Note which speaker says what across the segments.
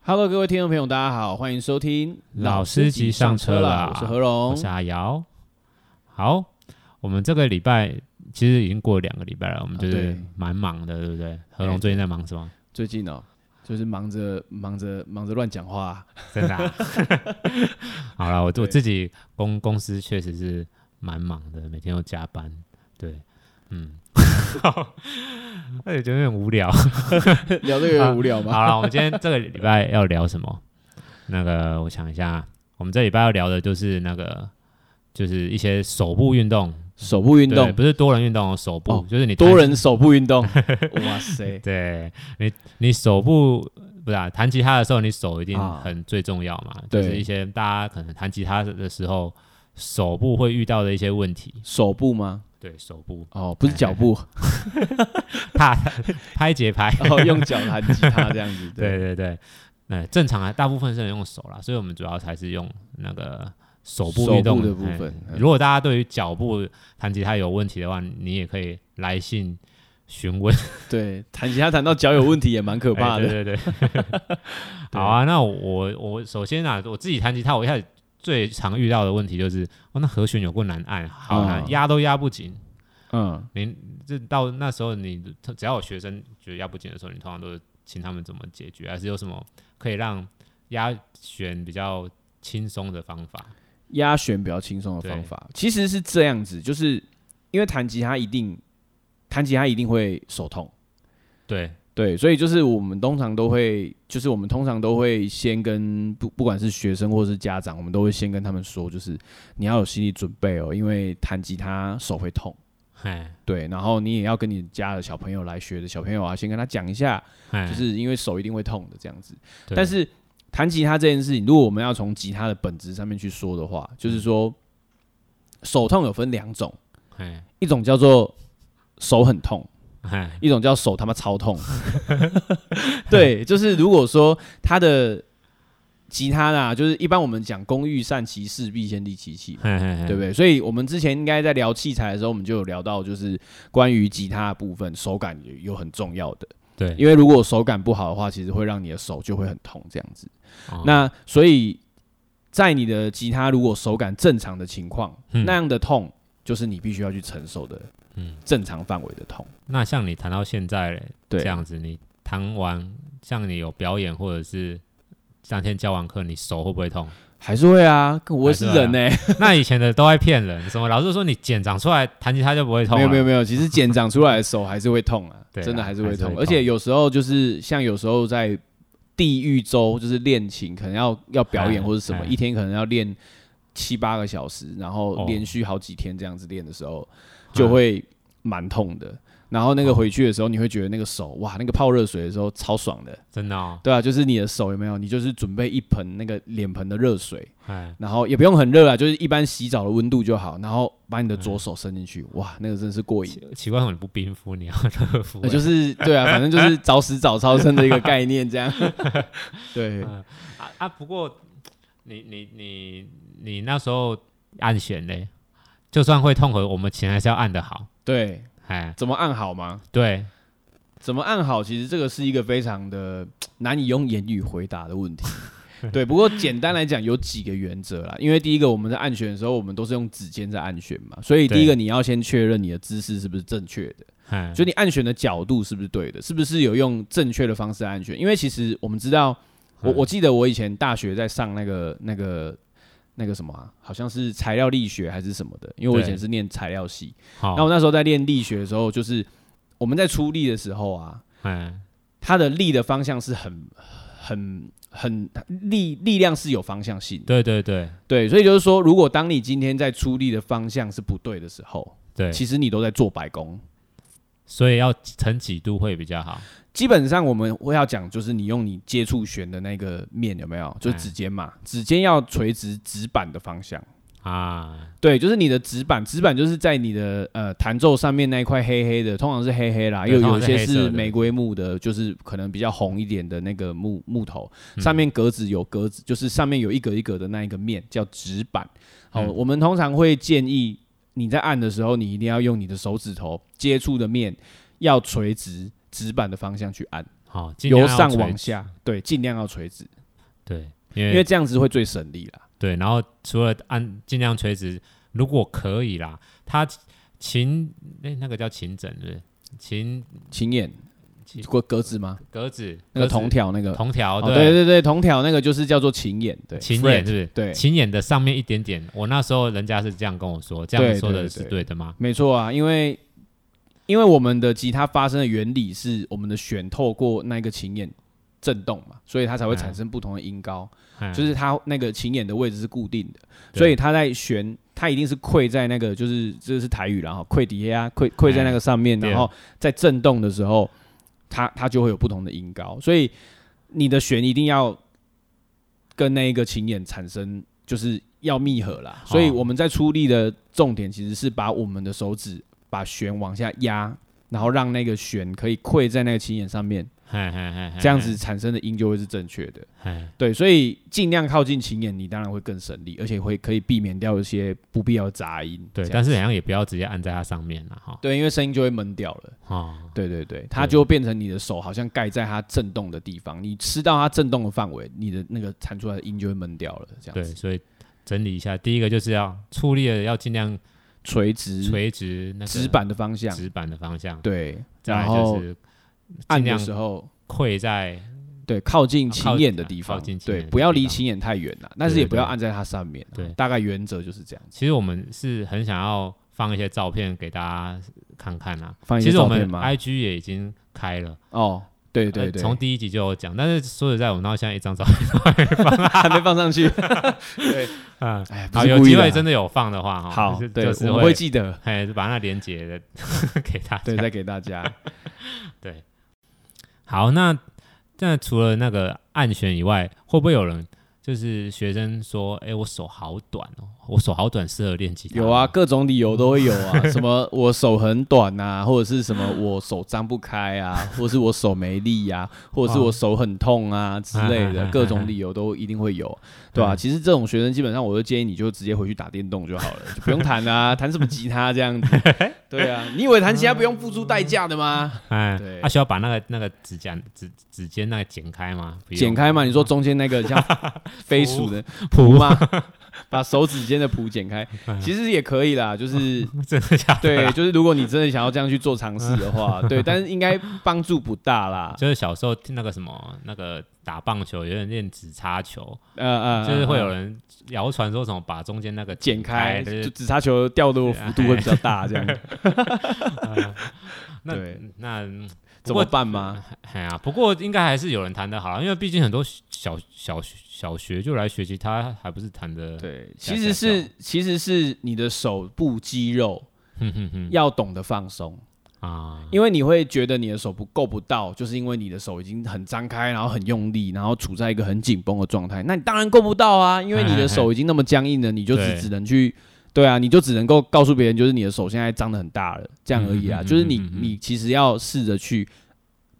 Speaker 1: Hello，各位听众朋友，大家好，欢迎收听
Speaker 2: 老司机上车啦
Speaker 1: 我是何荣，
Speaker 2: 我是阿瑶。好，我们这个礼拜其实已经过了两个礼拜了，我们就
Speaker 1: 啊
Speaker 2: 是
Speaker 1: 对
Speaker 2: 蛮忙的，对不对？何
Speaker 1: 哎
Speaker 2: 龙最近在忙什么？
Speaker 1: 最近哦，就是忙着忙着忙着乱讲话、
Speaker 2: 真的、啊？好了，我
Speaker 1: 对
Speaker 2: 我自己公公司确实是蛮忙的，每天都加班。对，嗯， 而且觉得有点无聊。
Speaker 1: 聊这个有点无聊吗？
Speaker 2: 好了，我们今天这个礼拜要聊什么？那个，我想一下，我们这礼拜要聊的就是那个，就是一些手部运动，
Speaker 1: 手部运
Speaker 2: 对
Speaker 1: 动，
Speaker 2: 不是多人运动哦，手部、
Speaker 1: 哦
Speaker 2: 就是你弹
Speaker 1: 多人手部 运动，哇塞，
Speaker 2: 对你你手部不是啊，弹吉他的时候你手一定
Speaker 1: 啊
Speaker 2: 很最重要嘛，
Speaker 1: 对
Speaker 2: 就是一些大家可能弹吉他的时候手部会遇到的一些问题，
Speaker 1: 手部吗？
Speaker 2: 对手部
Speaker 1: 哦，不是脚 步，
Speaker 2: 踏 拍节拍，
Speaker 1: 然后哦用脚弹吉他这样 子，
Speaker 2: 对对对，那正常啊，大部分是用手啦，所以我们主要还是用那个手部运动
Speaker 1: 手部的部分
Speaker 2: 哎
Speaker 1: 嗯
Speaker 2: 如果大家对于脚部弹吉他有问题的话，你也可以来信询问。
Speaker 1: 对，弹吉他弹到脚有问题也蛮可怕
Speaker 2: 哎
Speaker 1: 的，
Speaker 2: 对对对。 好啊，那我我首先啊，我自己弹吉他，我一开始最常遇到的问题就是，哦，那和弦有够难按，好难，
Speaker 1: 嗯
Speaker 2: 压、都压不紧。
Speaker 1: 嗯，
Speaker 2: 你这到那时候你，只要有学生觉得压不紧的时候，你通常都是请他们怎么解决，还是有什么可以让压弦比较轻松的方法？
Speaker 1: 压弦比较轻松的
Speaker 2: 对
Speaker 1: 方法，其实是这样子，就是因为弹吉他一定弹吉他一定会手痛。
Speaker 2: 对
Speaker 1: 对，所以就是我们通常都会，就是我们通常都会先跟不不管是学生或是家长，我们都会先跟他们说，就是你要有心理准备哦，因为弹吉他手会痛。
Speaker 2: 哎
Speaker 1: 对，然后你也要跟你家的小朋友来学的小朋友啊，先跟他讲一下，
Speaker 2: 哎，
Speaker 1: 就是因为手一定会痛的这样子。
Speaker 2: 对
Speaker 1: 但是弹吉他这件事情，如果我们要从吉他的本质上面去说的话，就是说手痛有分两种，
Speaker 2: 哎
Speaker 1: 一种叫做手很痛，
Speaker 2: 哎
Speaker 1: 一种叫手他妈超痛。 对，就是如果说他的吉他啦，就是一般我们讲工欲善其事，必先利其器嘛，
Speaker 2: 哎哎，
Speaker 1: 对不对？所以我们之前应该在聊器材的时候，我们就有聊到，就是关于吉他的部分，手感有有很重要的，
Speaker 2: 对？对，
Speaker 1: 因为如果手感不好的话，其实会让你的手就会很痛这样子。
Speaker 2: 哦
Speaker 1: 那所以在你的吉他如果手感正常的情况，
Speaker 2: 嗯
Speaker 1: 那样的痛就是你必须要去承受的
Speaker 2: 嗯，
Speaker 1: 正常范围的痛。
Speaker 2: 那像你谈到现在嘞，
Speaker 1: 对
Speaker 2: 这样子，你弹完，像你有表演或者是当天教完课，你手会不会痛？
Speaker 1: 还是会啊，跟我
Speaker 2: 还
Speaker 1: 是
Speaker 2: 是会啊
Speaker 1: 人呢、
Speaker 2: 那以前的都爱骗人，什么老师说你茧长出来弹吉他就不会痛
Speaker 1: 没有没有
Speaker 2: 没
Speaker 1: 没有，其实茧长出来的手还是会痛啊，
Speaker 2: 对啊
Speaker 1: 真的还是会
Speaker 2: 还是会
Speaker 1: 痛，
Speaker 2: 痛
Speaker 1: 而且有时候就是像有时候在地狱周，就是练琴，可能要要表演
Speaker 2: 哎
Speaker 1: 或者什么，
Speaker 2: 哎
Speaker 1: 一天可能要练七八个小时，然
Speaker 2: 哦嗯
Speaker 1: 后连续好几天这样子练的时候，就会蛮痛的。然后那个回去的时候，你会觉得那个手哇，那个泡热水的时候超爽的，
Speaker 2: 真的哦，
Speaker 1: 对啊，就是你的手有没有？你就是准备一盆那个脸盆的热水，
Speaker 2: 哎，
Speaker 1: 然后也不用很热啊，就是一般洗澡的温度就好，然后把你的
Speaker 2: 嗯
Speaker 1: 左手伸进去，哇，那个真是过瘾。
Speaker 2: 奇怪为什么你不冰敷，你要热敷、欸
Speaker 1: 那就是是对啊，反正就是早死早超生的一个概念， 这样。对，
Speaker 2: 啊啊，不过你你你你那时候按弦嘞，就算会痛，和我们琴还是要按的好，
Speaker 1: 对，
Speaker 2: 哎，
Speaker 1: 怎么按好吗？
Speaker 2: 对，
Speaker 1: 怎么按好？其实这个是一个非常的难以用言语回答的问 题。对，不过简单来讲有几个原则啦，因为第一个我们在按弦的时候，我们都是用指尖在按弦嘛，所以第一个
Speaker 2: 对
Speaker 1: 你要先确认你的姿势是不是正确的。
Speaker 2: 哎，
Speaker 1: 就你按选的角度是不是对的，是不是有用正确的方式按选？因为其实我们知道，我
Speaker 2: 嗯
Speaker 1: 我记得我以前大学在上那个那个那个什么、啊，好像是材料力学还是什么的，因为我以前
Speaker 2: 对哦
Speaker 1: 是念材料系。
Speaker 2: 好
Speaker 1: 那，我那时候在练力学的时候，就是我们在出力的时候啊，
Speaker 2: 哎，
Speaker 1: 它的力的方向是很很很力力量是有方向性的，
Speaker 2: 对对对
Speaker 1: 对，所以就是说，如果当你今天在出力的方向是不对的时候，
Speaker 2: 对，
Speaker 1: 其实你都在做白工。
Speaker 2: 所以要成几度会比较好，
Speaker 1: 基本上我们会要讲，就是你用你接触弦的那个面有没有，
Speaker 2: 哎
Speaker 1: 就是指尖嘛，指尖要垂直指板的方向。
Speaker 2: 啊，
Speaker 1: 对，就是你的指板，指板就是在你的呃弹奏上面那一块黑黑的，通常是黑黑啦，
Speaker 2: 对
Speaker 1: 又
Speaker 2: 通
Speaker 1: 有
Speaker 2: 常
Speaker 1: 一些
Speaker 2: 是黑色
Speaker 1: 是
Speaker 2: 的
Speaker 1: 玫瑰木的，就是可能比较红一点的那个木木头，
Speaker 2: 嗯
Speaker 1: 上面格子有格子，就是上面有一格一格的那一个面叫指板。好，
Speaker 2: 嗯
Speaker 1: 我们通常会建议你在按的时候，你一定要用你的手指头接触的面要垂直指板的方向去按。
Speaker 2: 啊、好，尽量
Speaker 1: 由
Speaker 2: 要
Speaker 1: 上
Speaker 2: 垂
Speaker 1: 往
Speaker 2: 直，哎
Speaker 1: 下，对，尽量要垂直，
Speaker 2: 对，因
Speaker 1: 因
Speaker 2: 为
Speaker 1: 为这样子会最省力啦。
Speaker 2: 对，然后除了按尽量垂直，如果可以啦，它琴那、那个叫琴枕是不是？琴
Speaker 1: 琴眼
Speaker 2: 其，
Speaker 1: 过格子吗？
Speaker 2: 格子
Speaker 1: 那个
Speaker 2: 格子
Speaker 1: 铜条那个，
Speaker 2: 铜条
Speaker 1: 哦对
Speaker 2: 对
Speaker 1: 对对，铜条那个就是叫做琴眼，对，
Speaker 2: 琴
Speaker 1: fret
Speaker 2: 眼是不是？
Speaker 1: 对
Speaker 2: 琴眼的上面一点点。我那时候人家是这样跟我说，这样
Speaker 1: 对
Speaker 2: 说
Speaker 1: 对
Speaker 2: 的是
Speaker 1: 对
Speaker 2: 对的吗？
Speaker 1: 没错啊，因为因为我们的吉他发声的原理是我们的弦透过那个琴眼震动嘛，所以它才会
Speaker 2: 哎
Speaker 1: 产生不同的音高，
Speaker 2: 嗯
Speaker 1: 就是它那个琴眼的位置是固定的，
Speaker 2: 对
Speaker 1: 所以它在弦它一定是跪在那个就是这是台语啦齁，然后跪底下啊跪跪在那个上面，
Speaker 2: 哎对
Speaker 1: 然后在震动的时候，它它就会有不同的音高，所以你的弦一定要跟那一个琴眼产生就是要密合啦。所
Speaker 2: 哦
Speaker 1: 以我们在出力的重点其实是把我们的手指把弦往下压，然后让那个弦可以跪在那个琴眼上面，
Speaker 2: 嘿嘿嘿嘿
Speaker 1: 这样子产生的音就会是正确的。
Speaker 2: 嘿
Speaker 1: 对，所以尽量靠近琴眼，你当然会更省力，而且会可以避免掉一些不必要的杂音。
Speaker 2: 对，
Speaker 1: 这样
Speaker 2: 但是好像也不要直接按在它上面了哈。
Speaker 1: 对，因为声音就会闷掉了。
Speaker 2: 哦，
Speaker 1: 对对对，它
Speaker 2: 对
Speaker 1: 就变成你的手好像盖在它震动的地方，你吃到它震动的范围，你的那个弹出来的音就会闷掉了，这样
Speaker 2: 对，
Speaker 1: 子
Speaker 2: 所以整理一下，第一个就是要出力的要尽量
Speaker 1: 垂直
Speaker 2: 垂直那个
Speaker 1: 直板的方向，
Speaker 2: 直板的方向，
Speaker 1: 对，
Speaker 2: 再
Speaker 1: 然
Speaker 2: 来就
Speaker 1: 后
Speaker 2: 是
Speaker 1: 按
Speaker 2: 尽
Speaker 1: 的
Speaker 2: 量
Speaker 1: 时候，
Speaker 2: 跪在
Speaker 1: 对，靠近
Speaker 2: 啊
Speaker 1: 琴
Speaker 2: 靠
Speaker 1: 眼的
Speaker 2: 啊
Speaker 1: 地
Speaker 2: 靠
Speaker 1: 方
Speaker 2: 近，琴
Speaker 1: 对，
Speaker 2: 眼的
Speaker 1: 不要
Speaker 2: 地
Speaker 1: 离
Speaker 2: 方
Speaker 1: 琴眼太远了，但是
Speaker 2: 对
Speaker 1: 也不要
Speaker 2: 对
Speaker 1: 按在它上面啊，
Speaker 2: 对
Speaker 1: 大概原则就是这样子。
Speaker 2: 呃其实我们是很想要放一些照片给大家看看啦、
Speaker 1: 放一些
Speaker 2: 其实我
Speaker 1: 照片
Speaker 2: 们
Speaker 1: 吗
Speaker 2: IG 也已经开了，
Speaker 1: 哦，对对
Speaker 2: 呃
Speaker 1: 对，
Speaker 2: 从、第一集就有讲。但是说实在，我们到现在一张照片都还没放
Speaker 1: 还没放上去，对，
Speaker 2: 啊。
Speaker 1: 哎，不
Speaker 2: 好，
Speaker 1: 是
Speaker 2: 有
Speaker 1: 故意
Speaker 2: 机
Speaker 1: 的
Speaker 2: 会
Speaker 1: 啊
Speaker 2: 真的有放的话，哈
Speaker 1: 好
Speaker 2: 就是，
Speaker 1: 对
Speaker 2: 就，是
Speaker 1: 我们会记得，
Speaker 2: 哎，把那连接的 给大
Speaker 1: 对，
Speaker 2: 家。
Speaker 1: 再给大 家。
Speaker 2: 好，那那除了那个暗选以外，会不会有人就是学生说，哎、我手好短哦，我手好短，适合练吉他吗？
Speaker 1: 有啊，各种理由都会有啊，什么我手很短啊，或者是什么我手张不开啊，或是我手没力啊，或者
Speaker 2: 哦
Speaker 1: 是我手很痛啊之类的，各种理由都一定会有，对吧、
Speaker 2: 嗯
Speaker 1: 其实这种学生基本上，我就建议你就直接回去打电动就好了，就不用弹啊，弹什么吉他这样子。 对啊，你以为弹吉他不用付出代价的吗？
Speaker 2: 哎，
Speaker 1: 对
Speaker 2: 他、需要把那个那个指甲指指尖那个剪开吗？不用
Speaker 1: 剪开嘛，你说中间那个像 飞鼠的
Speaker 2: 谱
Speaker 1: 蹼嘛， 把手指间的蹼剪 开，其实也可以啦，就是。
Speaker 2: 真的假的？
Speaker 1: 对，，就是如果你真的想要这样去做尝试的 话，对，但是应该帮助不大啦。
Speaker 2: 就是小时候听那个什么那个打棒球，有人练指叉球，
Speaker 1: 呃呃，
Speaker 2: 就是会有
Speaker 1: 呃
Speaker 2: 人谣传说什么把中间那个
Speaker 1: 剪开，
Speaker 2: 就
Speaker 1: 就是紫砂球掉落幅度会比较大，这 样
Speaker 2: 呃那
Speaker 1: 对
Speaker 2: 那
Speaker 1: 怎么
Speaker 2: 不过
Speaker 1: 办吗？
Speaker 2: 哎呀，不过应该还是有人弹的好啦，因为毕竟很多小小小学就来学习，他还不是弹的，
Speaker 1: 对，
Speaker 2: 吓
Speaker 1: 其实
Speaker 2: 吓
Speaker 1: 是其实是你的手部肌肉
Speaker 2: 哼哼哼
Speaker 1: 要懂得放松，
Speaker 2: 啊，
Speaker 1: 因为你会觉得你的手不够不到，就是因为你的手已经很张开，然后很用力，然后处在一个很紧绷的状态，那你当然够不到啊，因为你的手已经那么僵硬了，你就只
Speaker 2: 对
Speaker 1: 只能去。对啊，你就只能够告诉别人，就是你的手现在张得很大了，这样而已啊。
Speaker 2: 嗯嗯嗯
Speaker 1: 就是你
Speaker 2: 嗯，嗯
Speaker 1: 你其实要试着去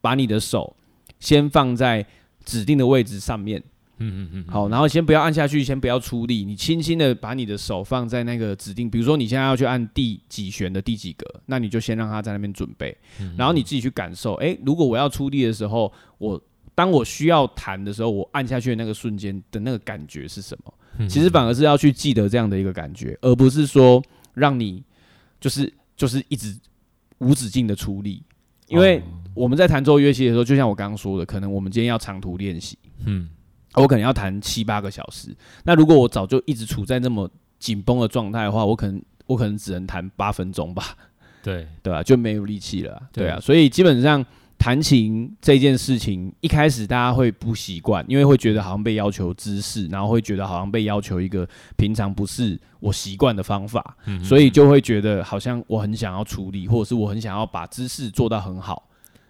Speaker 1: 把你的手先放在指定的位置上面，
Speaker 2: 嗯嗯嗯，
Speaker 1: 好，然后先不要按下去，先不要出力，你轻轻的把你的手放在那个指定，比如说你现在要去按第几弦的第几格，那你就先让它在那边准备，
Speaker 2: 嗯
Speaker 1: 然后你自己去感受。诶，如果我要出力的时候，我当我需要弹的时候，我按下去的那个瞬间的那个感觉是什么？
Speaker 2: 嗯
Speaker 1: 其实反而是要去记得这样的一个感觉，而不是说让你就是就是一直无止境的出力，因为
Speaker 2: 哦
Speaker 1: 我们在弹奏乐器的时候，就像我刚刚说的，可能我们今天要长途练习。
Speaker 2: 嗯
Speaker 1: 我可能要弹七八个小时。那如果我早就一直处在那么紧绷的状态的话，我可能我可能只能弹八分钟吧，
Speaker 2: 对
Speaker 1: 对吧、就没有力气了啊，
Speaker 2: 对
Speaker 1: 对啊。所以基本上弹琴这件事情，一开始大家会不习惯，因为会觉得好像被要求知识，然后会觉得好像被要求一个平常不是我习惯的方法，
Speaker 2: 嗯
Speaker 1: 所以就会觉得好像我很想要处理，或者是我很想要把知识做到很好。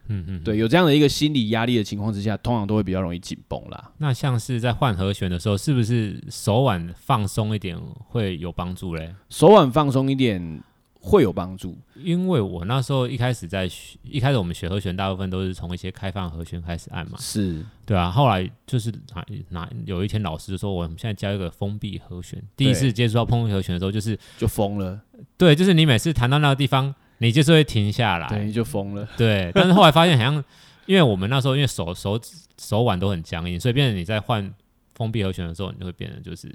Speaker 2: 嗯嗯
Speaker 1: 对，有这样的一个心理压力的情况之下，通常都会比较容易紧绷啦。
Speaker 2: 那像是在换和弦的时候，是不是手腕放松一点会有帮助嘞？
Speaker 1: 手腕放松一点会有帮助。
Speaker 2: 因为我那时候一开始在学，一开始我们学和弦，大部分都是从一些开放和弦开始按嘛，
Speaker 1: 是，
Speaker 2: 对啊。后来就是哪哪有一天老师就说，我们现在教一个封闭和弦。第一次接触到封闭和弦的时候，就是
Speaker 1: 就疯了，
Speaker 2: 对，就是你每次弹到那个地方，你就是会停下来，
Speaker 1: 对，就疯了。
Speaker 2: 对。但是后来发现好像因为我们那时候因为手手指手腕都很僵硬，所以变成你在换封闭和弦的时候，你就会变得就是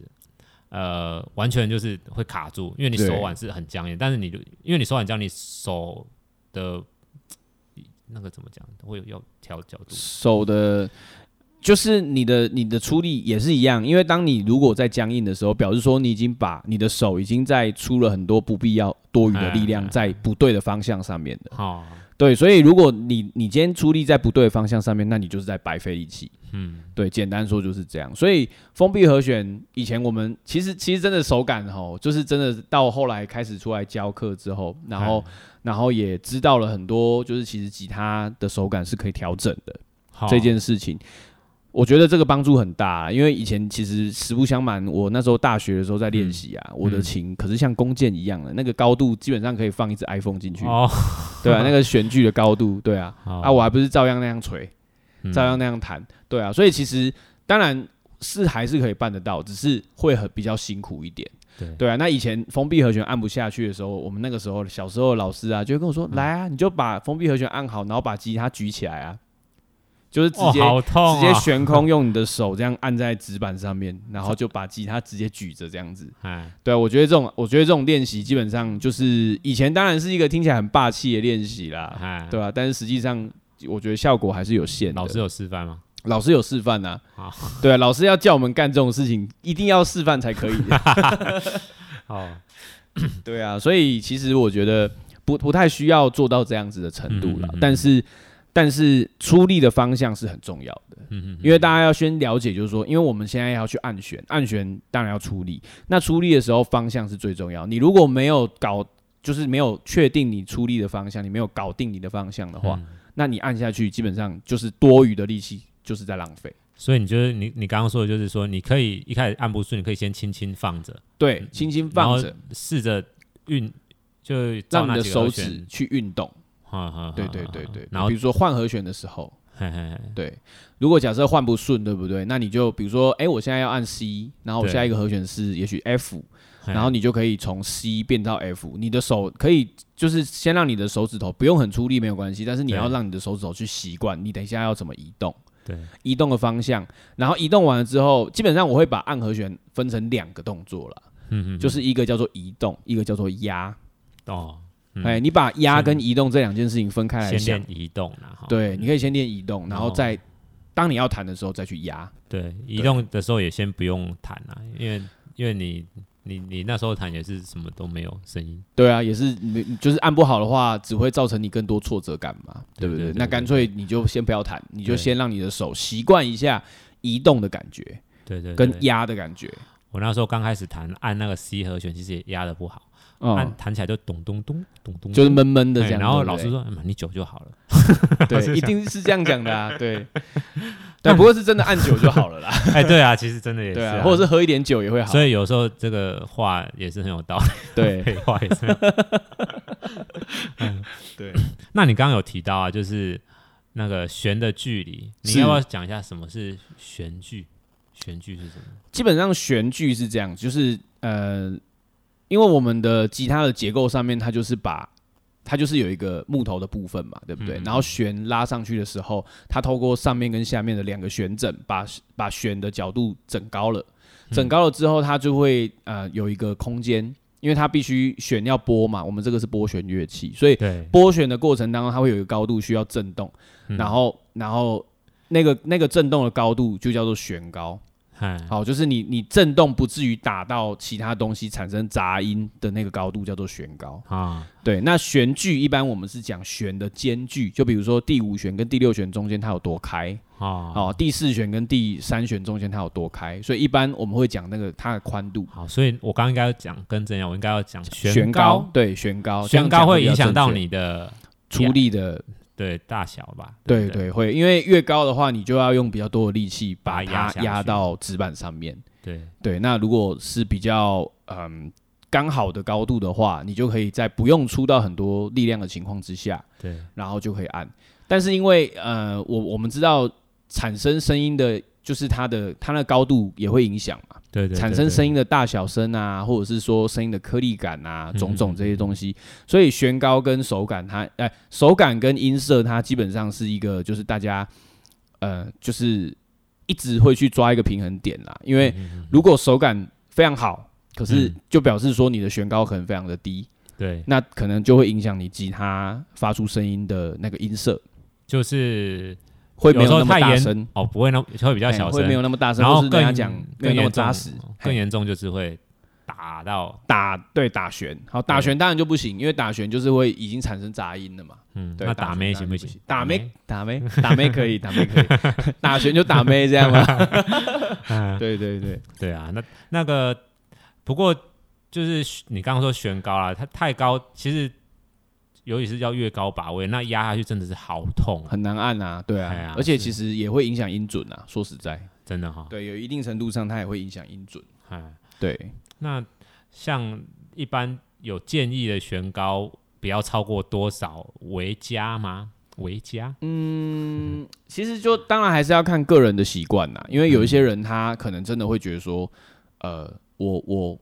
Speaker 2: 呃完全就是会卡住，因为你
Speaker 1: 对
Speaker 2: 手腕是很僵硬，但是你就因为你手腕僵，你手的那个怎么讲，会有要调角度，
Speaker 1: 手的，就是你的你的出力也是一样，因为当你如果在僵硬的时候，表示说你已经把你的手已经在出了很多不必要多余的力量
Speaker 2: 嗯
Speaker 1: 在不对的方向上面的。
Speaker 2: 哦，
Speaker 1: 对，所以如果你你今天出力在不对的方向上面，那你就是在白费力气。
Speaker 2: 嗯，
Speaker 1: 对，简单说就是这样。所以封闭和弦，以前我们其实其实真的手感吼，就是真的到后来开始出来教课之后，然后、然后也知道了很多，就是其实吉他的手感是可以调整的。
Speaker 2: 好
Speaker 1: 这件事情，我觉得这个帮助很大啊、因为以前其实实不相瞒，我那时候大学的时候在练习
Speaker 2: 嗯
Speaker 1: 啊，我的琴可是像弓箭一样的，那个高度基本上可以放一只 iPhone 进去，
Speaker 2: 哦，
Speaker 1: 对 啊，那个弦距的高度，对啊，
Speaker 2: 好
Speaker 1: 啊，我还不是照样那样锤，
Speaker 2: 嗯
Speaker 1: 照样那样弹，对啊，所以其实当然是还是可以办得到，只是会很比较辛苦一点。
Speaker 2: 对
Speaker 1: 对啊，那以前封闭和弦按不下去的时候，我们那个时候小时候老师啊，就会跟我说：“
Speaker 2: 嗯
Speaker 1: 来啊，你就把封闭和弦按好，然后把吉他举起来啊。”就是直
Speaker 2: 哦
Speaker 1: 接、
Speaker 2: 好痛、
Speaker 1: 直
Speaker 2: 啊，
Speaker 1: 接悬空，用你的手这样按在纸板上 面，然后就把吉他直接举着这样子。
Speaker 2: 哎，
Speaker 1: 对啊，我觉得这种，我觉得这种练习基本上就是以前当然是一个听起来很霸气的练习啦，
Speaker 2: 哎，
Speaker 1: 对啊，但是实际上我觉得效果还是有限的。
Speaker 2: 老师有示范吗？
Speaker 1: 老师有示范呐、
Speaker 2: 好
Speaker 1: 对啊，老师要叫我们干这种事情，一定要示范才可以。啊
Speaker 2: 哦，
Speaker 1: 对啊，所以其实我觉得不不太需要做到这样子的程度了，
Speaker 2: 嗯嗯嗯嗯
Speaker 1: 但是但是出力的方向是很重要的，
Speaker 2: 嗯嗯，
Speaker 1: 因为大家要先了解，就是说，因为我们现在要去按弦，按弦当然要出力，那出力的时候方向是最重要。你如果没有搞，就是没有确定你出力的方向，你没有搞定你的方向的话，
Speaker 2: 嗯
Speaker 1: 那你按下去基本上就是多余的力气，就是在浪费。
Speaker 2: 所以你就是你你刚刚说的就是说，你可以一开始按不顺，你可以先轻轻放着，
Speaker 1: 对，轻轻
Speaker 2: 嗯然后
Speaker 1: 放着，
Speaker 2: 试着运，就
Speaker 1: 让
Speaker 2: 照
Speaker 1: 你
Speaker 2: 那
Speaker 1: 的
Speaker 2: 几个和
Speaker 1: 手
Speaker 2: 弦
Speaker 1: 指，去运动。
Speaker 2: 哈哈，
Speaker 1: 对
Speaker 2: 哈
Speaker 1: 对
Speaker 2: 哈
Speaker 1: 对对，
Speaker 2: 啊然后
Speaker 1: 比如说换和弦的时候，
Speaker 2: 嘿嘿嘿，
Speaker 1: 对，如果假设换不顺，对不对？那你就比如说，哎、我现在要按 C，然后我
Speaker 2: 对
Speaker 1: 下一个和弦是也许 F，
Speaker 2: 嘿
Speaker 1: 然后你就可以从 C 变到 F，你的手可以就是先让你的手指头不用很出力没有关系，但是你
Speaker 2: 对
Speaker 1: 要让你的手指头去习惯你等一下要怎么移动，
Speaker 2: 对，
Speaker 1: 移动的方向，然后移动完了之后，基本上我会把按和弦分成两个动作了，
Speaker 2: 嗯嗯，
Speaker 1: 就是是一个叫做移动，一个叫做压。
Speaker 2: 哦，嗯
Speaker 1: 哎、你把压
Speaker 2: 先
Speaker 1: 跟移动这两件事情分开来
Speaker 2: 先
Speaker 1: 想
Speaker 2: 练，移动啦，哈，
Speaker 1: 对，你可以先练移动，然后
Speaker 2: 哦
Speaker 1: 再当你要弹的时候再去压。
Speaker 2: 对，移动的时候也先不用弹啦，因为因为你你你那时候弹也是什么都没有声音，
Speaker 1: 对啊，也是没，就是按不好的话，只会造成你更多挫折感嘛，对
Speaker 2: 对
Speaker 1: 不对？
Speaker 2: 对对
Speaker 1: 那干脆你就先不要弹，你就先让你的手习惯一下移动的感觉
Speaker 2: 对对，
Speaker 1: 跟
Speaker 2: 对
Speaker 1: 压的感觉。
Speaker 2: 我那时候刚开始弹按那个 C 和弦，其实也压的不好，
Speaker 1: 嗯
Speaker 2: 按，弹起来就咚咚咚咚咚，
Speaker 1: 就是闷闷的
Speaker 2: 对
Speaker 1: 这样。
Speaker 2: 然后
Speaker 1: 对不对
Speaker 2: 老师，说，嗯，你久就好了。
Speaker 1: 对，一定是这样讲的啊，对。但不过是真的按久就好了啦，
Speaker 2: 哎，对啊，其实真的 也是
Speaker 1: 对啊，或者是喝一点酒也会好，
Speaker 2: 所以有时候这个话也是很有道理，
Speaker 1: 对
Speaker 2: 废话也 是很有。
Speaker 1: 对。
Speaker 2: 那你刚刚有提到啊，就是那个弦的距离，你
Speaker 1: 是
Speaker 2: 要不要讲一下什么是弦距？弦距是什么？
Speaker 1: 基本上弦距是这样，就是呃，因为我们的吉他的结构上面，它就是把它就是有一个木头的部分嘛，对不对？
Speaker 2: 嗯
Speaker 1: 然后弦拉上去的时候，它透过上面跟下面的两个弦枕，把把弦的角度整高了，
Speaker 2: 嗯
Speaker 1: 整高了之后，它就会呃有一个空间，因为它必须弦要拨嘛，我们这个是拨弦乐器，所以
Speaker 2: 对，
Speaker 1: 拨弦的过程当中，它会有一个高度需要震动，
Speaker 2: 嗯
Speaker 1: 然后然后那个那个震动的高度就叫做弦高。
Speaker 2: 哎，
Speaker 1: 好，就是你你震动不至于打到其他东西产生杂音的那个高度叫做弦高。
Speaker 2: 啊，
Speaker 1: 对，那弦距一般我们是讲弦的间距，就比如说第五弦跟第六弦中间它有多开，
Speaker 2: 好，
Speaker 1: 哦，第四弦跟第三弦中间它有多开，所以一般我们会讲那个它的宽度。
Speaker 2: 好，所以我刚刚应该要讲跟正样，我应该要讲
Speaker 1: 弦
Speaker 2: 高，
Speaker 1: 对，弦高，这样
Speaker 2: 弦高
Speaker 1: 讲
Speaker 2: 会
Speaker 1: 比较
Speaker 2: 影响
Speaker 1: 正
Speaker 2: 到
Speaker 1: 确
Speaker 2: 你的
Speaker 1: 出力的，
Speaker 2: 对大小吧？
Speaker 1: 对
Speaker 2: 不对
Speaker 1: 对，会，因为越高的话，你就要用比较多的力气把
Speaker 2: 把它压
Speaker 1: 它
Speaker 2: 下
Speaker 1: 压
Speaker 2: 去
Speaker 1: 到纸板上面。
Speaker 2: 对，
Speaker 1: 对，那如果是比较嗯刚好的高度的话，你就可以在不用出到很多力量的情况之下，
Speaker 2: 对，
Speaker 1: 然后就可以按。但是因为呃，我我们知道产生声音的，就是它的它的高度也会影响嘛，
Speaker 2: 对对，
Speaker 1: 产
Speaker 2: 对
Speaker 1: 生
Speaker 2: 对
Speaker 1: 声音的大小声啊，或者是说声音的颗粒感
Speaker 2: 嗯
Speaker 1: 啊，种种这些东西。所以悬高跟手感它，哎、手感跟音色，它基本上是一个就是大家呃，就是一直会去抓一个平衡点啦。因为如果手感非常好，可是
Speaker 2: 嗯
Speaker 1: 就表示说你的悬高可能非常的低，
Speaker 2: 对，
Speaker 1: 那可能就会影响你吉他发出声音的那个音色，
Speaker 2: 就是
Speaker 1: 会没
Speaker 2: 有时候
Speaker 1: 那么
Speaker 2: 太
Speaker 1: 大
Speaker 2: 严
Speaker 1: 声。
Speaker 2: 哦，不会那会比较
Speaker 1: 哎
Speaker 2: 小
Speaker 1: 会没有
Speaker 2: 声，
Speaker 1: 那么大声，
Speaker 2: 然
Speaker 1: 或
Speaker 2: 后
Speaker 1: 是
Speaker 2: 更
Speaker 1: 跟他讲没有那
Speaker 2: 更
Speaker 1: 么
Speaker 2: 严重
Speaker 1: 扎实，
Speaker 2: 更
Speaker 1: 嘿
Speaker 2: 严重就是会打到
Speaker 1: 打对打旋，好打旋当然就不行，因为打旋就是会已经产生杂音了嘛。
Speaker 2: 嗯，
Speaker 1: 对，
Speaker 2: 那打妹
Speaker 1: 旋
Speaker 2: 行
Speaker 1: 当然就
Speaker 2: 行？
Speaker 1: 打妹打妹打妹可以，打妹可 以，打旋就打妹这样嘛。
Speaker 2: 嗯
Speaker 1: 对对对，
Speaker 2: 对啊，那那个不过就是你刚刚说悬高啦，它太高，其实尤其是要越高把位，那压下去真的是好痛啊，
Speaker 1: 很难按啊，对
Speaker 2: 哎呀
Speaker 1: 啊，而且
Speaker 2: 是哦
Speaker 1: 其实也会影响音准啊。说实在，
Speaker 2: 真的哈、
Speaker 1: 对，有一定程度上它也会影响音准。
Speaker 2: 嗯，
Speaker 1: 对，
Speaker 2: 那像一般有建议的悬高不要超过多少为佳吗？为佳？
Speaker 1: 嗯，其实就当然还是要看个人的习惯啦，因为有一些人他可能真的会觉得说，
Speaker 2: 嗯
Speaker 1: 呃，我我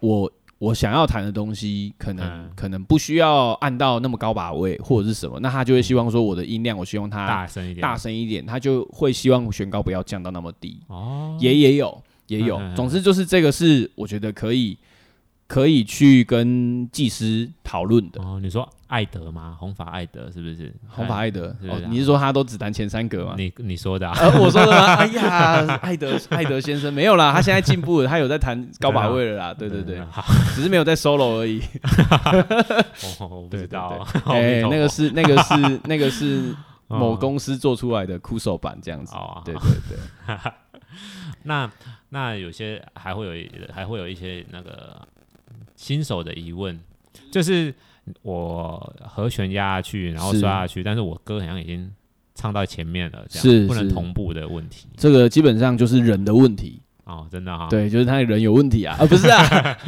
Speaker 1: 我我想要谈的东西，可能、
Speaker 2: 嗯
Speaker 1: 可能不需要按到那么高把位或者是什么，那他就会希望说我的音量，我希望它
Speaker 2: 大声一点。
Speaker 1: 大声一点，他就会希望悬高不要降到那么低，
Speaker 2: 哦，
Speaker 1: 也也有也有
Speaker 2: 嗯嗯嗯，
Speaker 1: 总之就是这个是我觉得可以可以去跟技师讨论的。
Speaker 2: 哦，你说艾德吗？红发艾德是不是？
Speaker 1: 红发艾德
Speaker 2: 是
Speaker 1: 哦
Speaker 2: 啊，
Speaker 1: 你是说他都只弹前三格吗？
Speaker 2: 你你说的、啊，
Speaker 1: 呃，我说的吗？哎呀，艾德艾德先生没有啦，他现在进步了，他有在弹高把位了 啦，对对对
Speaker 2: 嗯， 好，
Speaker 1: 只是没有在 solo 而已。
Speaker 2: 哦我不
Speaker 1: 对对
Speaker 2: 知道哦，
Speaker 1: 哎，
Speaker 2: 阿弥陀佛
Speaker 1: 那个是那个是那个是
Speaker 2: 嗯
Speaker 1: 某公司做出来的酷手版这样子。
Speaker 2: 哦，
Speaker 1: 对对对，
Speaker 2: 那那有些还会有一还会有一些那个新手的疑问，就是我和弦压下去，然后
Speaker 1: 是
Speaker 2: 刷下去，但是我歌好像已经唱到前面了，这样
Speaker 1: 是
Speaker 2: 不能
Speaker 1: 是
Speaker 2: 同步的问题
Speaker 1: 这个基本上就是人的问题，
Speaker 2: 哦，真的哈、，
Speaker 1: 对，就是他人有问题 啊，啊不是啊，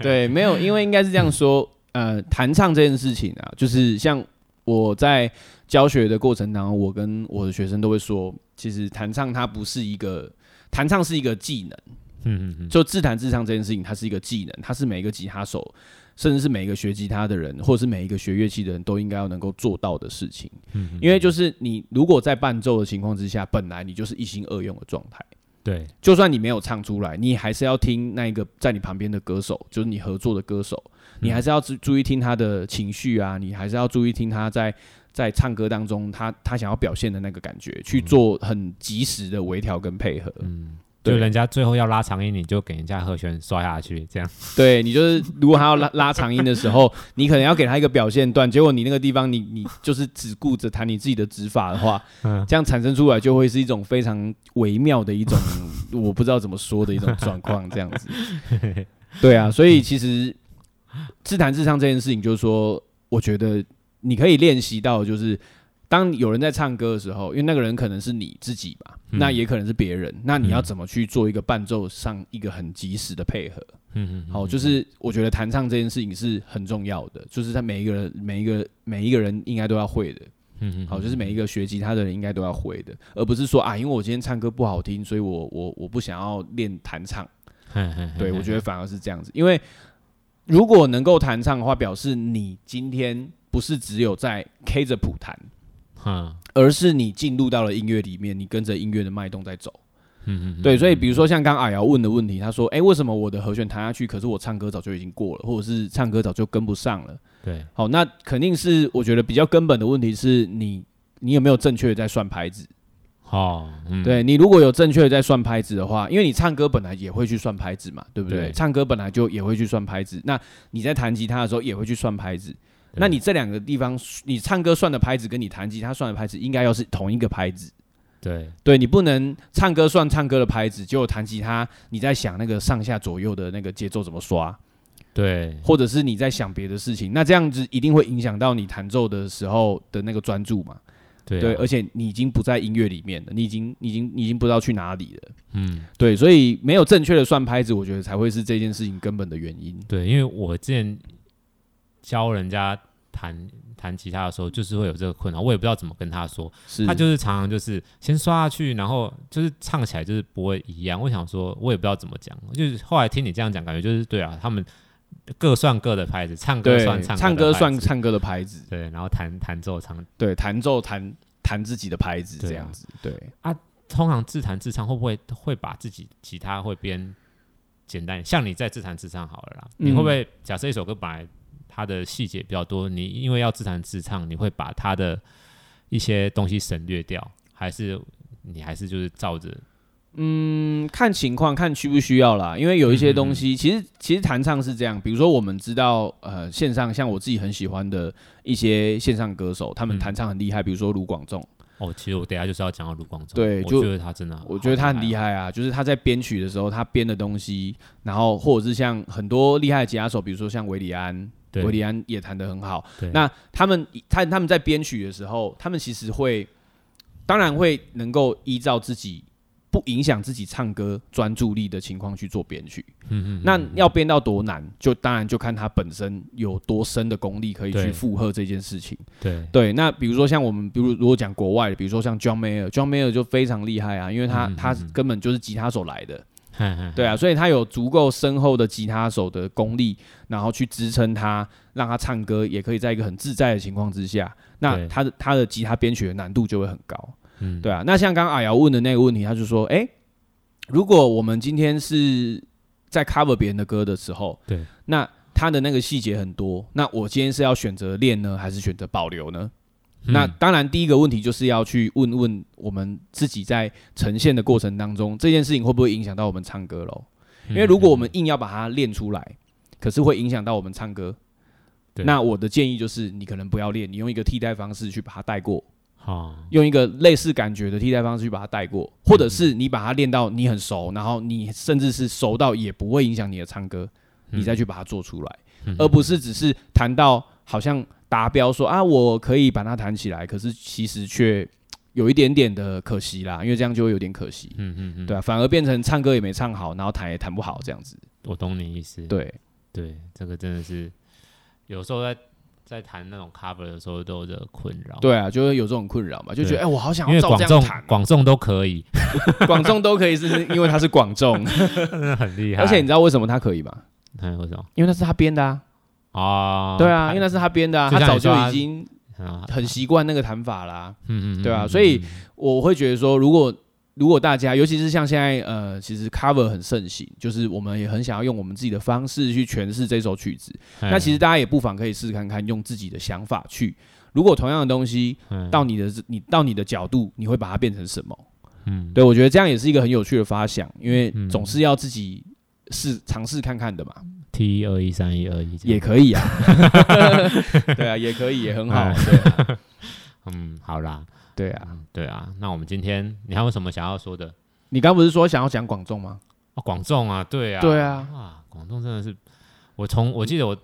Speaker 1: 对，没有，因为应该是这样说，呃，弹唱这件事情啊，就是像我在教学的过程当中，我跟我的学生都会说，其实弹唱它不是一个，弹唱是一个技能，
Speaker 2: 嗯嗯嗯，
Speaker 1: 就自弹自唱这件事情，它是一个技能，它是每一个吉他手，甚至是每一个学吉他的人，或者是每一个学乐器的人都应该要能够做到的事情，
Speaker 2: 嗯嗯
Speaker 1: 因为就是你如果在伴奏的情况之下，本来你就是一心二用的状态。
Speaker 2: 对，
Speaker 1: 就算你没有唱出来，你还是要听那个在你旁边的歌手，就是你合作的歌手，你还是要注注意听他的情绪啊，你还是要注意听他在在唱歌当中他他想要表现的那个感觉，去做很及时的微调跟配合。
Speaker 2: 嗯。
Speaker 1: 对
Speaker 2: 就人家最后要拉长音，你就给人家和弦刷下去，这样。
Speaker 1: 对你就是，如果他要拉拉长音的时候，你可能要给他一个表现段，结果你那个地方你你就是只顾着弹你自己的指法的话，
Speaker 2: 嗯
Speaker 1: 这样产生出来就会是一种非常微妙的一种，我不知道怎么说的一种状况，这样 子。对啊，所以其实自弹自唱这件事情，就是说，我觉得你可以练习到，就是当有人在唱歌的时候，因为那个人可能是你自己嘛，
Speaker 2: 嗯
Speaker 1: 那也可能是别人，那你要
Speaker 2: 嗯
Speaker 1: 怎么去做一个伴奏上一个很及时的配合？
Speaker 2: 嗯嗯，
Speaker 1: 好，
Speaker 2: 嗯
Speaker 1: 就是我觉得弹唱这件事情是很重要的，就是在每一个人、每一个每一个人应该都要会的。
Speaker 2: 嗯嗯，
Speaker 1: 好，就是
Speaker 2: 嗯
Speaker 1: 每一个学吉他的人应该都要会的，而不是说啊，因为我今天唱歌不好听，所以我我我不想要练弹唱。
Speaker 2: 嘿嘿嘿
Speaker 1: 对，我
Speaker 2: 嘿
Speaker 1: 觉得反而是这样子，因为如果能够弹唱的话，表示你今天不是只有在 K 着谱弹，
Speaker 2: 嗯
Speaker 1: 而是你进入到了音乐里面，你跟着音乐的脉动在走。
Speaker 2: 嗯嗯，
Speaker 1: 对，所以
Speaker 2: 嗯
Speaker 1: 比如说像刚阿瑶问的问题，他说：“诶，为什么我的和弦弹下去，可是我唱歌早就已经过了，或者是唱歌早就跟不上了
Speaker 2: 对，？”
Speaker 1: 好，那肯定是我觉得比较根本的问题是你你有没有正确的在算拍子。
Speaker 2: 哦，嗯，
Speaker 1: 对你如果有正确的在算拍子的话，因为你唱歌本来也会去算拍子嘛，对不对？
Speaker 2: 对
Speaker 1: 唱歌本来就也会去算拍子，那你在弹吉他的时候也会去算拍子。
Speaker 2: 对
Speaker 1: 那你这两个地方，你唱歌算的拍子跟你弹吉他算的拍子应该要是同一个拍子。
Speaker 2: 对，
Speaker 1: 对你不能唱歌算唱歌的拍子，结果弹吉他你在想那个上下左右的那个节奏怎么刷，
Speaker 2: 对，
Speaker 1: 或者是你在想别的事情，那这样子一定会影响到你弹奏的时候的那个专注嘛？
Speaker 2: 对啊，
Speaker 1: 对，而且你已经不在音乐里面了，你已经、你已经、你已经不知道去哪里了。
Speaker 2: 嗯，
Speaker 1: 对，所以没有正确的算拍子，我觉得才会是这件事情根本的原因。
Speaker 2: 对，因为我之前教人家弹弹吉他的时候，就是会有这个困扰，我也不知道怎么跟他说。
Speaker 1: 是
Speaker 2: 他就是常常就是先刷下去，然后就是唱起来就是不会一样。我想说，我也不知道怎么讲，就是后来听你这样讲，感觉就是对啊，他们各算各的拍子，唱歌
Speaker 1: 对
Speaker 2: 算唱
Speaker 1: 唱
Speaker 2: 歌
Speaker 1: 歌
Speaker 2: 的拍
Speaker 1: 算
Speaker 2: 子
Speaker 1: 唱歌的拍子，
Speaker 2: 对，然后弹弹奏唱，
Speaker 1: 对，弹奏弹弹自己的拍子
Speaker 2: 对啊
Speaker 1: 这样子，对，
Speaker 2: 通常自弹自唱会不会会把自己吉他会编简单？像你在自弹自唱好了啦，
Speaker 1: 嗯
Speaker 2: 你会不会假设一首歌本来它的细节比较多，你因为要自弹自唱，你会把它的一些东西省略掉，还是你还是就是照着？
Speaker 1: 嗯，看情况，看需不需要啦。因为有一些东
Speaker 2: 嗯
Speaker 1: 西，其实其实弹唱是这样，比如说我们知道，呃，线上像我自己很喜欢的一些线上歌手，他们
Speaker 2: 嗯
Speaker 1: 弹唱很厉害，比如说卢广仲，
Speaker 2: 哦，其实我等一下就是要讲到卢广仲，
Speaker 1: 对
Speaker 2: 我
Speaker 1: 就
Speaker 2: 觉得他真的，
Speaker 1: 我觉得他很厉
Speaker 2: 害
Speaker 1: 害啊，就是他在编曲的时候，他编的东西，然后或者是像很多厉害的吉他手，比如说像维里安，
Speaker 2: 哦，对
Speaker 1: 维里安也弹得很好。
Speaker 2: 对
Speaker 1: 那他们他他们在编曲的时候，他们其实会，当然会能够依照自己不影响自己唱歌专注力的情况去做编曲。
Speaker 2: 嗯嗯，
Speaker 1: 那要编到多难，就当然就看他本身有多深的功力可以
Speaker 2: 对
Speaker 1: 去负荷这件事情。
Speaker 2: 对，
Speaker 1: 对，那比如说像我们，比如如果讲国外的，比如说像 John Mayer，John Mayer 就非常厉害啊，因为他、
Speaker 2: 嗯嗯
Speaker 1: 他
Speaker 2: 嗯
Speaker 1: 根本就是吉他手来的，
Speaker 2: 嗨嗨
Speaker 1: 对啊，所以他有足够深厚的吉他手的功力，然后去支撑他，让他唱歌也可以在一个很自在的情况之下，那
Speaker 2: 对
Speaker 1: 他的他的吉他编曲的难度就会很高。
Speaker 2: 嗯
Speaker 1: 对啊，那像刚刚阿瑶问的那个问题，他就说，哎、如果我们今天是在 cover 别人的歌的时候，
Speaker 2: 对，
Speaker 1: 那他的那个细节很多，那我今天是要选择练呢，还是选择保留呢？那
Speaker 2: 嗯
Speaker 1: 当然，第一个问题就是要去问问我们自己在呈现的过程当中，这件事情会不会影响到我们唱歌喽？
Speaker 2: 嗯
Speaker 1: 因为如果我们硬要把它练出来，可是会影响到我们唱歌。
Speaker 2: 对
Speaker 1: 那我的建议就是，你可能不要练，你用一个替代方式去把它带过。
Speaker 2: 好
Speaker 1: 用一个类似感觉的替代方式去把它带过，或者是你把它练到你很熟，然后你甚至是熟到也不会影响你的唱歌，
Speaker 2: 嗯
Speaker 1: 你再去把它做出来，而不是只是弹到好像达标说啊，我可以把它弹起来，可是其实却嘖有一点点的可惜啦，因为这样就会有点可惜，
Speaker 2: 嗯嗯嗯，
Speaker 1: 对啊，反而变成唱歌也没唱好，然后弹也弹不好这样子，
Speaker 2: 我懂你意思，
Speaker 1: 对，
Speaker 2: 对，这个真的是有时候在在弹那种 cover 的时候都有这个困扰。，
Speaker 1: 对啊，就会有这种困扰嘛，就觉得
Speaker 2: 哦对
Speaker 1: 哎、我好想要
Speaker 2: 因为
Speaker 1: 照
Speaker 2: 广
Speaker 1: 这样
Speaker 2: 众
Speaker 1: 弹，啊
Speaker 2: 广众都可 以，
Speaker 1: 广众都可以，是因为他是广众，
Speaker 2: 真的很 厉害。
Speaker 1: 而且你知道为什么他可以吗？
Speaker 2: 还有什么
Speaker 1: 因为那是他编的啊。
Speaker 2: 啊？
Speaker 1: 对啊，因为那是他编的啊，
Speaker 2: 就
Speaker 1: 他
Speaker 2: 像
Speaker 1: 早
Speaker 2: 你
Speaker 1: 就
Speaker 2: 说他
Speaker 1: 已经
Speaker 2: 啊，
Speaker 1: 很习惯那个弹法啦、
Speaker 2: 嗯嗯，
Speaker 1: 对啊
Speaker 2: 嗯
Speaker 1: 所以
Speaker 2: 嗯
Speaker 1: 我会觉得说，如果如果大家，尤其是像现在呃，其实 cover 很盛行，就是我们也很想要用我们自己的方式去诠释这首曲子。
Speaker 2: 嗯
Speaker 1: 那其实大家也不妨可以试试看看，用自己的想法去。如果同样的东西
Speaker 2: 嗯
Speaker 1: 到你的你到你的角度，你会把它变成什么？
Speaker 2: 嗯
Speaker 1: 对我觉得这样也是一个很有趣的发想，因为
Speaker 2: 嗯
Speaker 1: 总是要自己试尝试看看的嘛。
Speaker 2: T 二一三一二一
Speaker 1: 也可以啊， 对啊，也可以，也很
Speaker 2: 哎
Speaker 1: 好，对啊
Speaker 2: 嗯好啦，
Speaker 1: 对啊。
Speaker 2: 嗯对啊，那我们今天你还有什么想要说的？
Speaker 1: 你刚不是说想要讲广众吗？
Speaker 2: 哦，广众啊，对啊，
Speaker 1: 对啊
Speaker 2: 哇，广众真的是，我从我记得我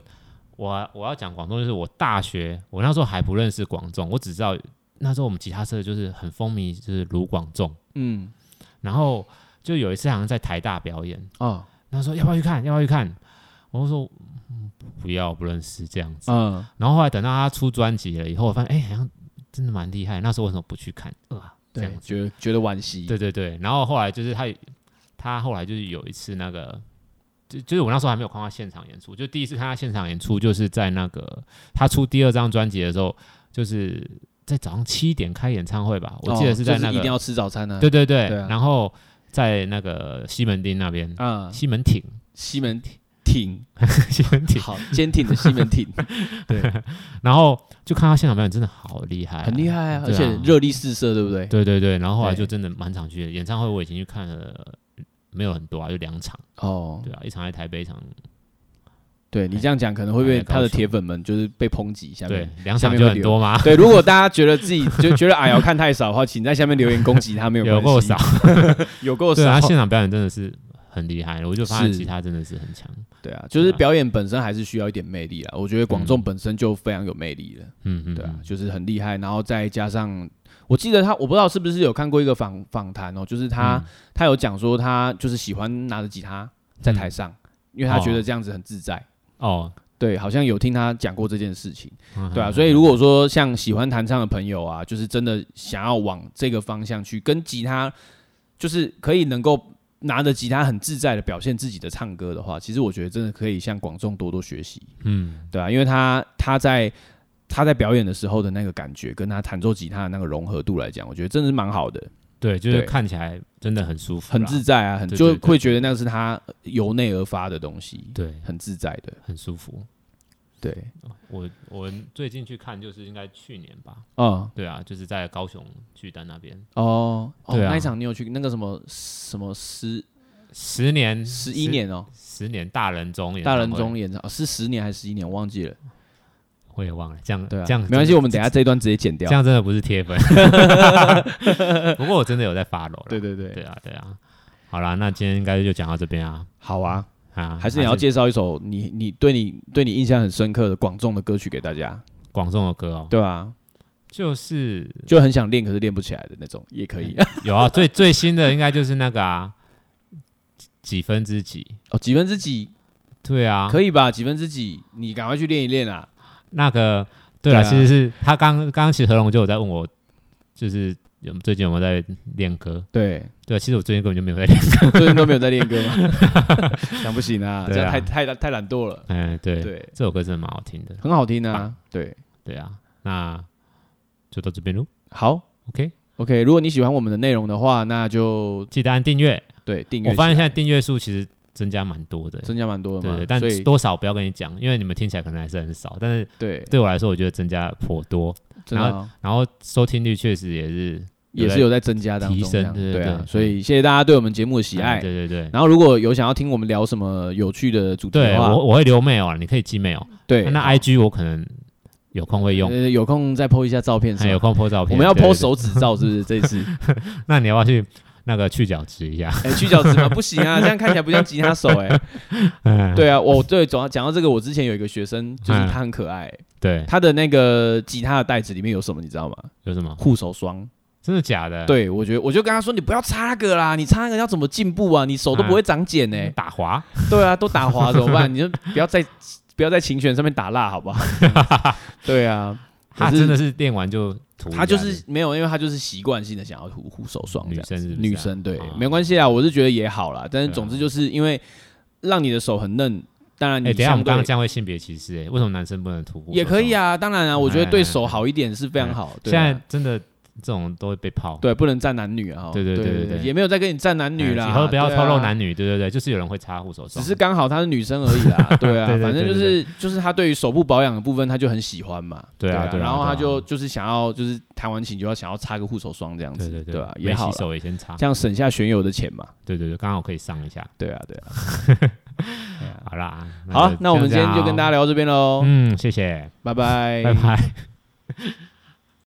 Speaker 2: 我啊我要讲广众，就是我大学我那时候还不认识广众，我只知道那时候我们吉他社就是很风靡，就是卢广仲，
Speaker 1: 嗯，
Speaker 2: 然后就有一次好像在台大表演，
Speaker 1: 哦，
Speaker 2: 他说要不要去看，要不要去看，我就说、嗯不要，不认识这样子，
Speaker 1: 嗯，
Speaker 2: 然后后来等到他出专辑了以后，我发现哎、好像真的蛮厉害，那时候为什么不去看啊？这样
Speaker 1: 对，觉得觉得惋惜，
Speaker 2: 对对对，然后后来就是他，他后来就是有一次那个，就就是我那时候还没有看到他现场演出，就第一次看他现场演出，就是在那个他出第二张专辑的时候，就是在早上七点开演唱会吧，我记得
Speaker 1: 哦
Speaker 2: 是在
Speaker 1: 就
Speaker 2: 那
Speaker 1: 一定
Speaker 2: 个，
Speaker 1: 要吃早餐呢，
Speaker 2: 对，对对，
Speaker 1: 对啊
Speaker 2: 然后在那个西门町那边，
Speaker 1: 啊，
Speaker 2: 西门町，
Speaker 1: 西门挺
Speaker 2: 西门町，哎
Speaker 1: 好，坚挺的西门 挺，
Speaker 2: 然后就看他现场表演，真的好厉害、
Speaker 1: 很厉。害啊，而
Speaker 2: 对啊
Speaker 1: 且热力四射，对不对？
Speaker 2: 对对对，然后后来
Speaker 1: 对
Speaker 2: 就真的蛮常去的，演唱会我已经去看了，没有很多啊，就两场，
Speaker 1: 哦，
Speaker 2: 对啊，一场在台北，一场
Speaker 1: 对你这样讲可能会
Speaker 2: 哎
Speaker 1: 被
Speaker 2: 高
Speaker 1: 他的
Speaker 2: 雄
Speaker 1: 铁粉们就是被抨击一下
Speaker 2: 对
Speaker 1: 面。，
Speaker 2: 两
Speaker 1: 下
Speaker 2: 场
Speaker 1: 面
Speaker 2: 就
Speaker 1: 会
Speaker 2: 很
Speaker 1: 留
Speaker 2: 多吗？
Speaker 1: 对，如果大家觉得自己就觉得 矮瑶看太少的话，请在下面留言攻击他，没有
Speaker 2: 有够
Speaker 1: 关系
Speaker 2: 少，，
Speaker 1: 有够
Speaker 2: 对啊，
Speaker 1: 少
Speaker 2: 他，现场表演真的是很厉害，我就发现
Speaker 1: 是
Speaker 2: 吉他真的是很强。
Speaker 1: 对啊，就是
Speaker 2: 对啊
Speaker 1: 表演本身还是需要一点魅力啊。我觉得广众本身就非常有魅力了。
Speaker 2: 嗯嗯，
Speaker 1: 对啊
Speaker 2: 嗯，，
Speaker 1: 就是很厉害。然后再加上，我记得他，我不知道是不是有看过一个访访谈哦，就是他、
Speaker 2: 嗯
Speaker 1: 他有讲
Speaker 2: 嗯
Speaker 1: 说他就是喜欢拿着吉他在台上，因为他觉得这样子很自在。
Speaker 2: 哦，
Speaker 1: 对，好像有听他讲过这件事情，
Speaker 2: 嗯
Speaker 1: 对啊，所以如果说像喜欢弹唱的朋友啊，就是真的想要往这个方向去，跟吉他就是可以能够拿着吉他很自在的表现自己的唱歌的话，其实我觉得真的可以向广众多多学习，
Speaker 2: 嗯，
Speaker 1: 对啊，因为他他在他在表演的时候的那个感觉，跟他弹奏吉他的那个融合度来讲，我觉得真的是蛮好的，
Speaker 2: 对，就是
Speaker 1: 对
Speaker 2: 看起来真的很舒服啦，
Speaker 1: 很自在啊，很
Speaker 2: 对
Speaker 1: 就
Speaker 2: 对对
Speaker 1: 会觉得那个是他由内而发的东西，
Speaker 2: 对，
Speaker 1: 很自在的，
Speaker 2: 很舒服。
Speaker 1: 对，
Speaker 2: 我我最近去看就是应该去年吧，
Speaker 1: 嗯，
Speaker 2: 对啊，就是在高雄巨蛋那边，
Speaker 1: 哦，哦，
Speaker 2: 对啊
Speaker 1: 那一场你有去那个什么什么十
Speaker 2: 十年
Speaker 1: 十一年哦，
Speaker 2: 十年大人中演唱
Speaker 1: 大
Speaker 2: 会
Speaker 1: 人中演唱、哦、是十年还是十一年，我忘记了。
Speaker 2: 我也忘了，这样
Speaker 1: 对啊，
Speaker 2: 这样
Speaker 1: 没关系，我们等一下这一段直接剪掉
Speaker 2: 这。样真的不是 贴粉，不过我真的有在发楼了，
Speaker 1: 对对对，
Speaker 2: 对啊对啊，好啦，那今天应该就讲到这边啊
Speaker 1: 好啊，
Speaker 2: 啊，
Speaker 1: 还是你要介绍一首你你对你对你印象很深刻的广众的歌曲给大家，
Speaker 2: 广众的歌哦，
Speaker 1: 对啊，
Speaker 2: 就是
Speaker 1: 就很想练可是练不起来的那种也可以。
Speaker 2: 有啊，最最新的应该就是那个啊，几分之几？
Speaker 1: 哦，几分之几
Speaker 2: 对啊，
Speaker 1: 可以吧？几分之几，你赶快去练一练啊。
Speaker 2: 那个对了，
Speaker 1: 对啊
Speaker 2: 其实是他刚刚刚其实何龙就有在问我，就是有最近有没有在练歌？
Speaker 1: 对，
Speaker 2: 对啊，其实我最近根本就没有 在练。
Speaker 1: 最近都没有在练歌 嘛，想不行啊，
Speaker 2: 对啊
Speaker 1: 这样太太太懒惰了。
Speaker 2: 哎，对，
Speaker 1: 对，
Speaker 2: 这首歌真的蛮好听的。
Speaker 1: 很好听啊。对，
Speaker 2: 对啊，那就到这边喽。
Speaker 1: 好
Speaker 2: OK，
Speaker 1: ，OK，如果你喜欢我们的内容的话，那就
Speaker 2: 记得按订阅。
Speaker 1: 对订阅
Speaker 2: 我
Speaker 1: 起来。
Speaker 2: 发现现在订阅数其实增加蛮多的。
Speaker 1: 增加蛮多的嘛
Speaker 2: 对，，但
Speaker 1: 所以
Speaker 2: 多少不要跟你讲，因为你们听起来可能还是很少，但是
Speaker 1: 对，
Speaker 2: 对我来说，我觉得增加颇多。
Speaker 1: 真的啊
Speaker 2: 然后收听率确实也是
Speaker 1: 也是有在增加当中
Speaker 2: 提
Speaker 1: 这
Speaker 2: 升
Speaker 1: 样，
Speaker 2: 对
Speaker 1: 对啊
Speaker 2: 对，对
Speaker 1: 所以谢谢大家对我们节目的喜
Speaker 2: 哎
Speaker 1: 爱。
Speaker 2: 对对对。
Speaker 1: 然后如果有想要听我们聊什么有趣的主题
Speaker 2: 对
Speaker 1: 的话，
Speaker 2: 我我会留 mail 啊，你可以寄 mail。
Speaker 1: 对，
Speaker 2: 那 IG 我可能有空会用，
Speaker 1: 呃有空再 PO 一下照片
Speaker 2: 还
Speaker 1: 是
Speaker 2: 有
Speaker 1: 吧？
Speaker 2: 空 po 照片。
Speaker 1: 我们要
Speaker 2: 对对
Speaker 1: PO
Speaker 2: 对
Speaker 1: 手指照是不是？这一 次，
Speaker 2: 那你要不要去那个去角质一下？
Speaker 1: 哎，去角质吗？不行 啊，这样看起来不像吉他手哎。
Speaker 2: 嗯，
Speaker 1: 对啊，我对，总要讲到这个，我之前有一个学生，就是
Speaker 2: 嗯
Speaker 1: 他很可爱，
Speaker 2: 对，
Speaker 1: 他的那个吉他的袋子里面有什么，你知道吗？
Speaker 2: 有什么？
Speaker 1: 护手霜。
Speaker 2: 真的假的？，
Speaker 1: 对，我觉得我就跟他说，你不要擦那个啦，你擦那个要怎么进步啊？你手都不会长茧呢。
Speaker 2: 打滑，
Speaker 1: 对啊，都打滑怎么 办？你就不要在不要在琴弦上面打蜡，好不好？对啊，
Speaker 2: 他
Speaker 1: 可是
Speaker 2: 真的是练完就涂一下。
Speaker 1: 他就是没有，因为他就是习惯性的想要涂护手霜这
Speaker 2: 女
Speaker 1: 样。
Speaker 2: 生，是不是啊
Speaker 1: 女生对
Speaker 2: 啊，
Speaker 1: 没关系啊，我是觉得也好啦。但是
Speaker 2: 对啊
Speaker 1: 总之就是因为让你的手很嫩，当然
Speaker 2: 哎，
Speaker 1: 你
Speaker 2: 等一下我
Speaker 1: 相
Speaker 2: 们刚
Speaker 1: 对
Speaker 2: 刚这样会性别歧视，哎，为什么男生不能涂？
Speaker 1: 也可以。啊，当然啊，我觉得
Speaker 2: 哎
Speaker 1: 对手好一点是非常好。
Speaker 2: 现
Speaker 1: 对啊
Speaker 2: 在真的这种都会被泡。
Speaker 1: 对不能站男女啊，
Speaker 2: 对对对
Speaker 1: 对
Speaker 2: 对对哎
Speaker 1: 也没有在跟你站男女啦，
Speaker 2: 以后不要
Speaker 1: 对啊
Speaker 2: 透露男女，对对对，就是有人会擦护手
Speaker 1: 只
Speaker 2: 霜。
Speaker 1: 是刚好她是女生而已 啦，对啊，
Speaker 2: 对对对
Speaker 1: 反正就是就是她对于手部保养的部分，她就很喜欢嘛，
Speaker 2: 对啊对啊
Speaker 1: 然后
Speaker 2: 对啊
Speaker 1: 她就就是想要就是弹完琴就要想要擦个护手霜这样
Speaker 2: 对
Speaker 1: 子，
Speaker 2: 对
Speaker 1: 对吧？
Speaker 2: 没
Speaker 1: 也好
Speaker 2: 洗
Speaker 1: 啦，
Speaker 2: 手也啊先擦。
Speaker 1: 这样省下选友的钱嘛，
Speaker 2: 对对对，刚好可以上一下。
Speaker 1: 对啊对啊，啊
Speaker 2: 好啦，啊
Speaker 1: 好，那我们今天就跟大哎家
Speaker 2: 家，
Speaker 1: 聊到这边喽，
Speaker 2: 嗯，谢谢，
Speaker 1: 拜拜
Speaker 2: 拜拜。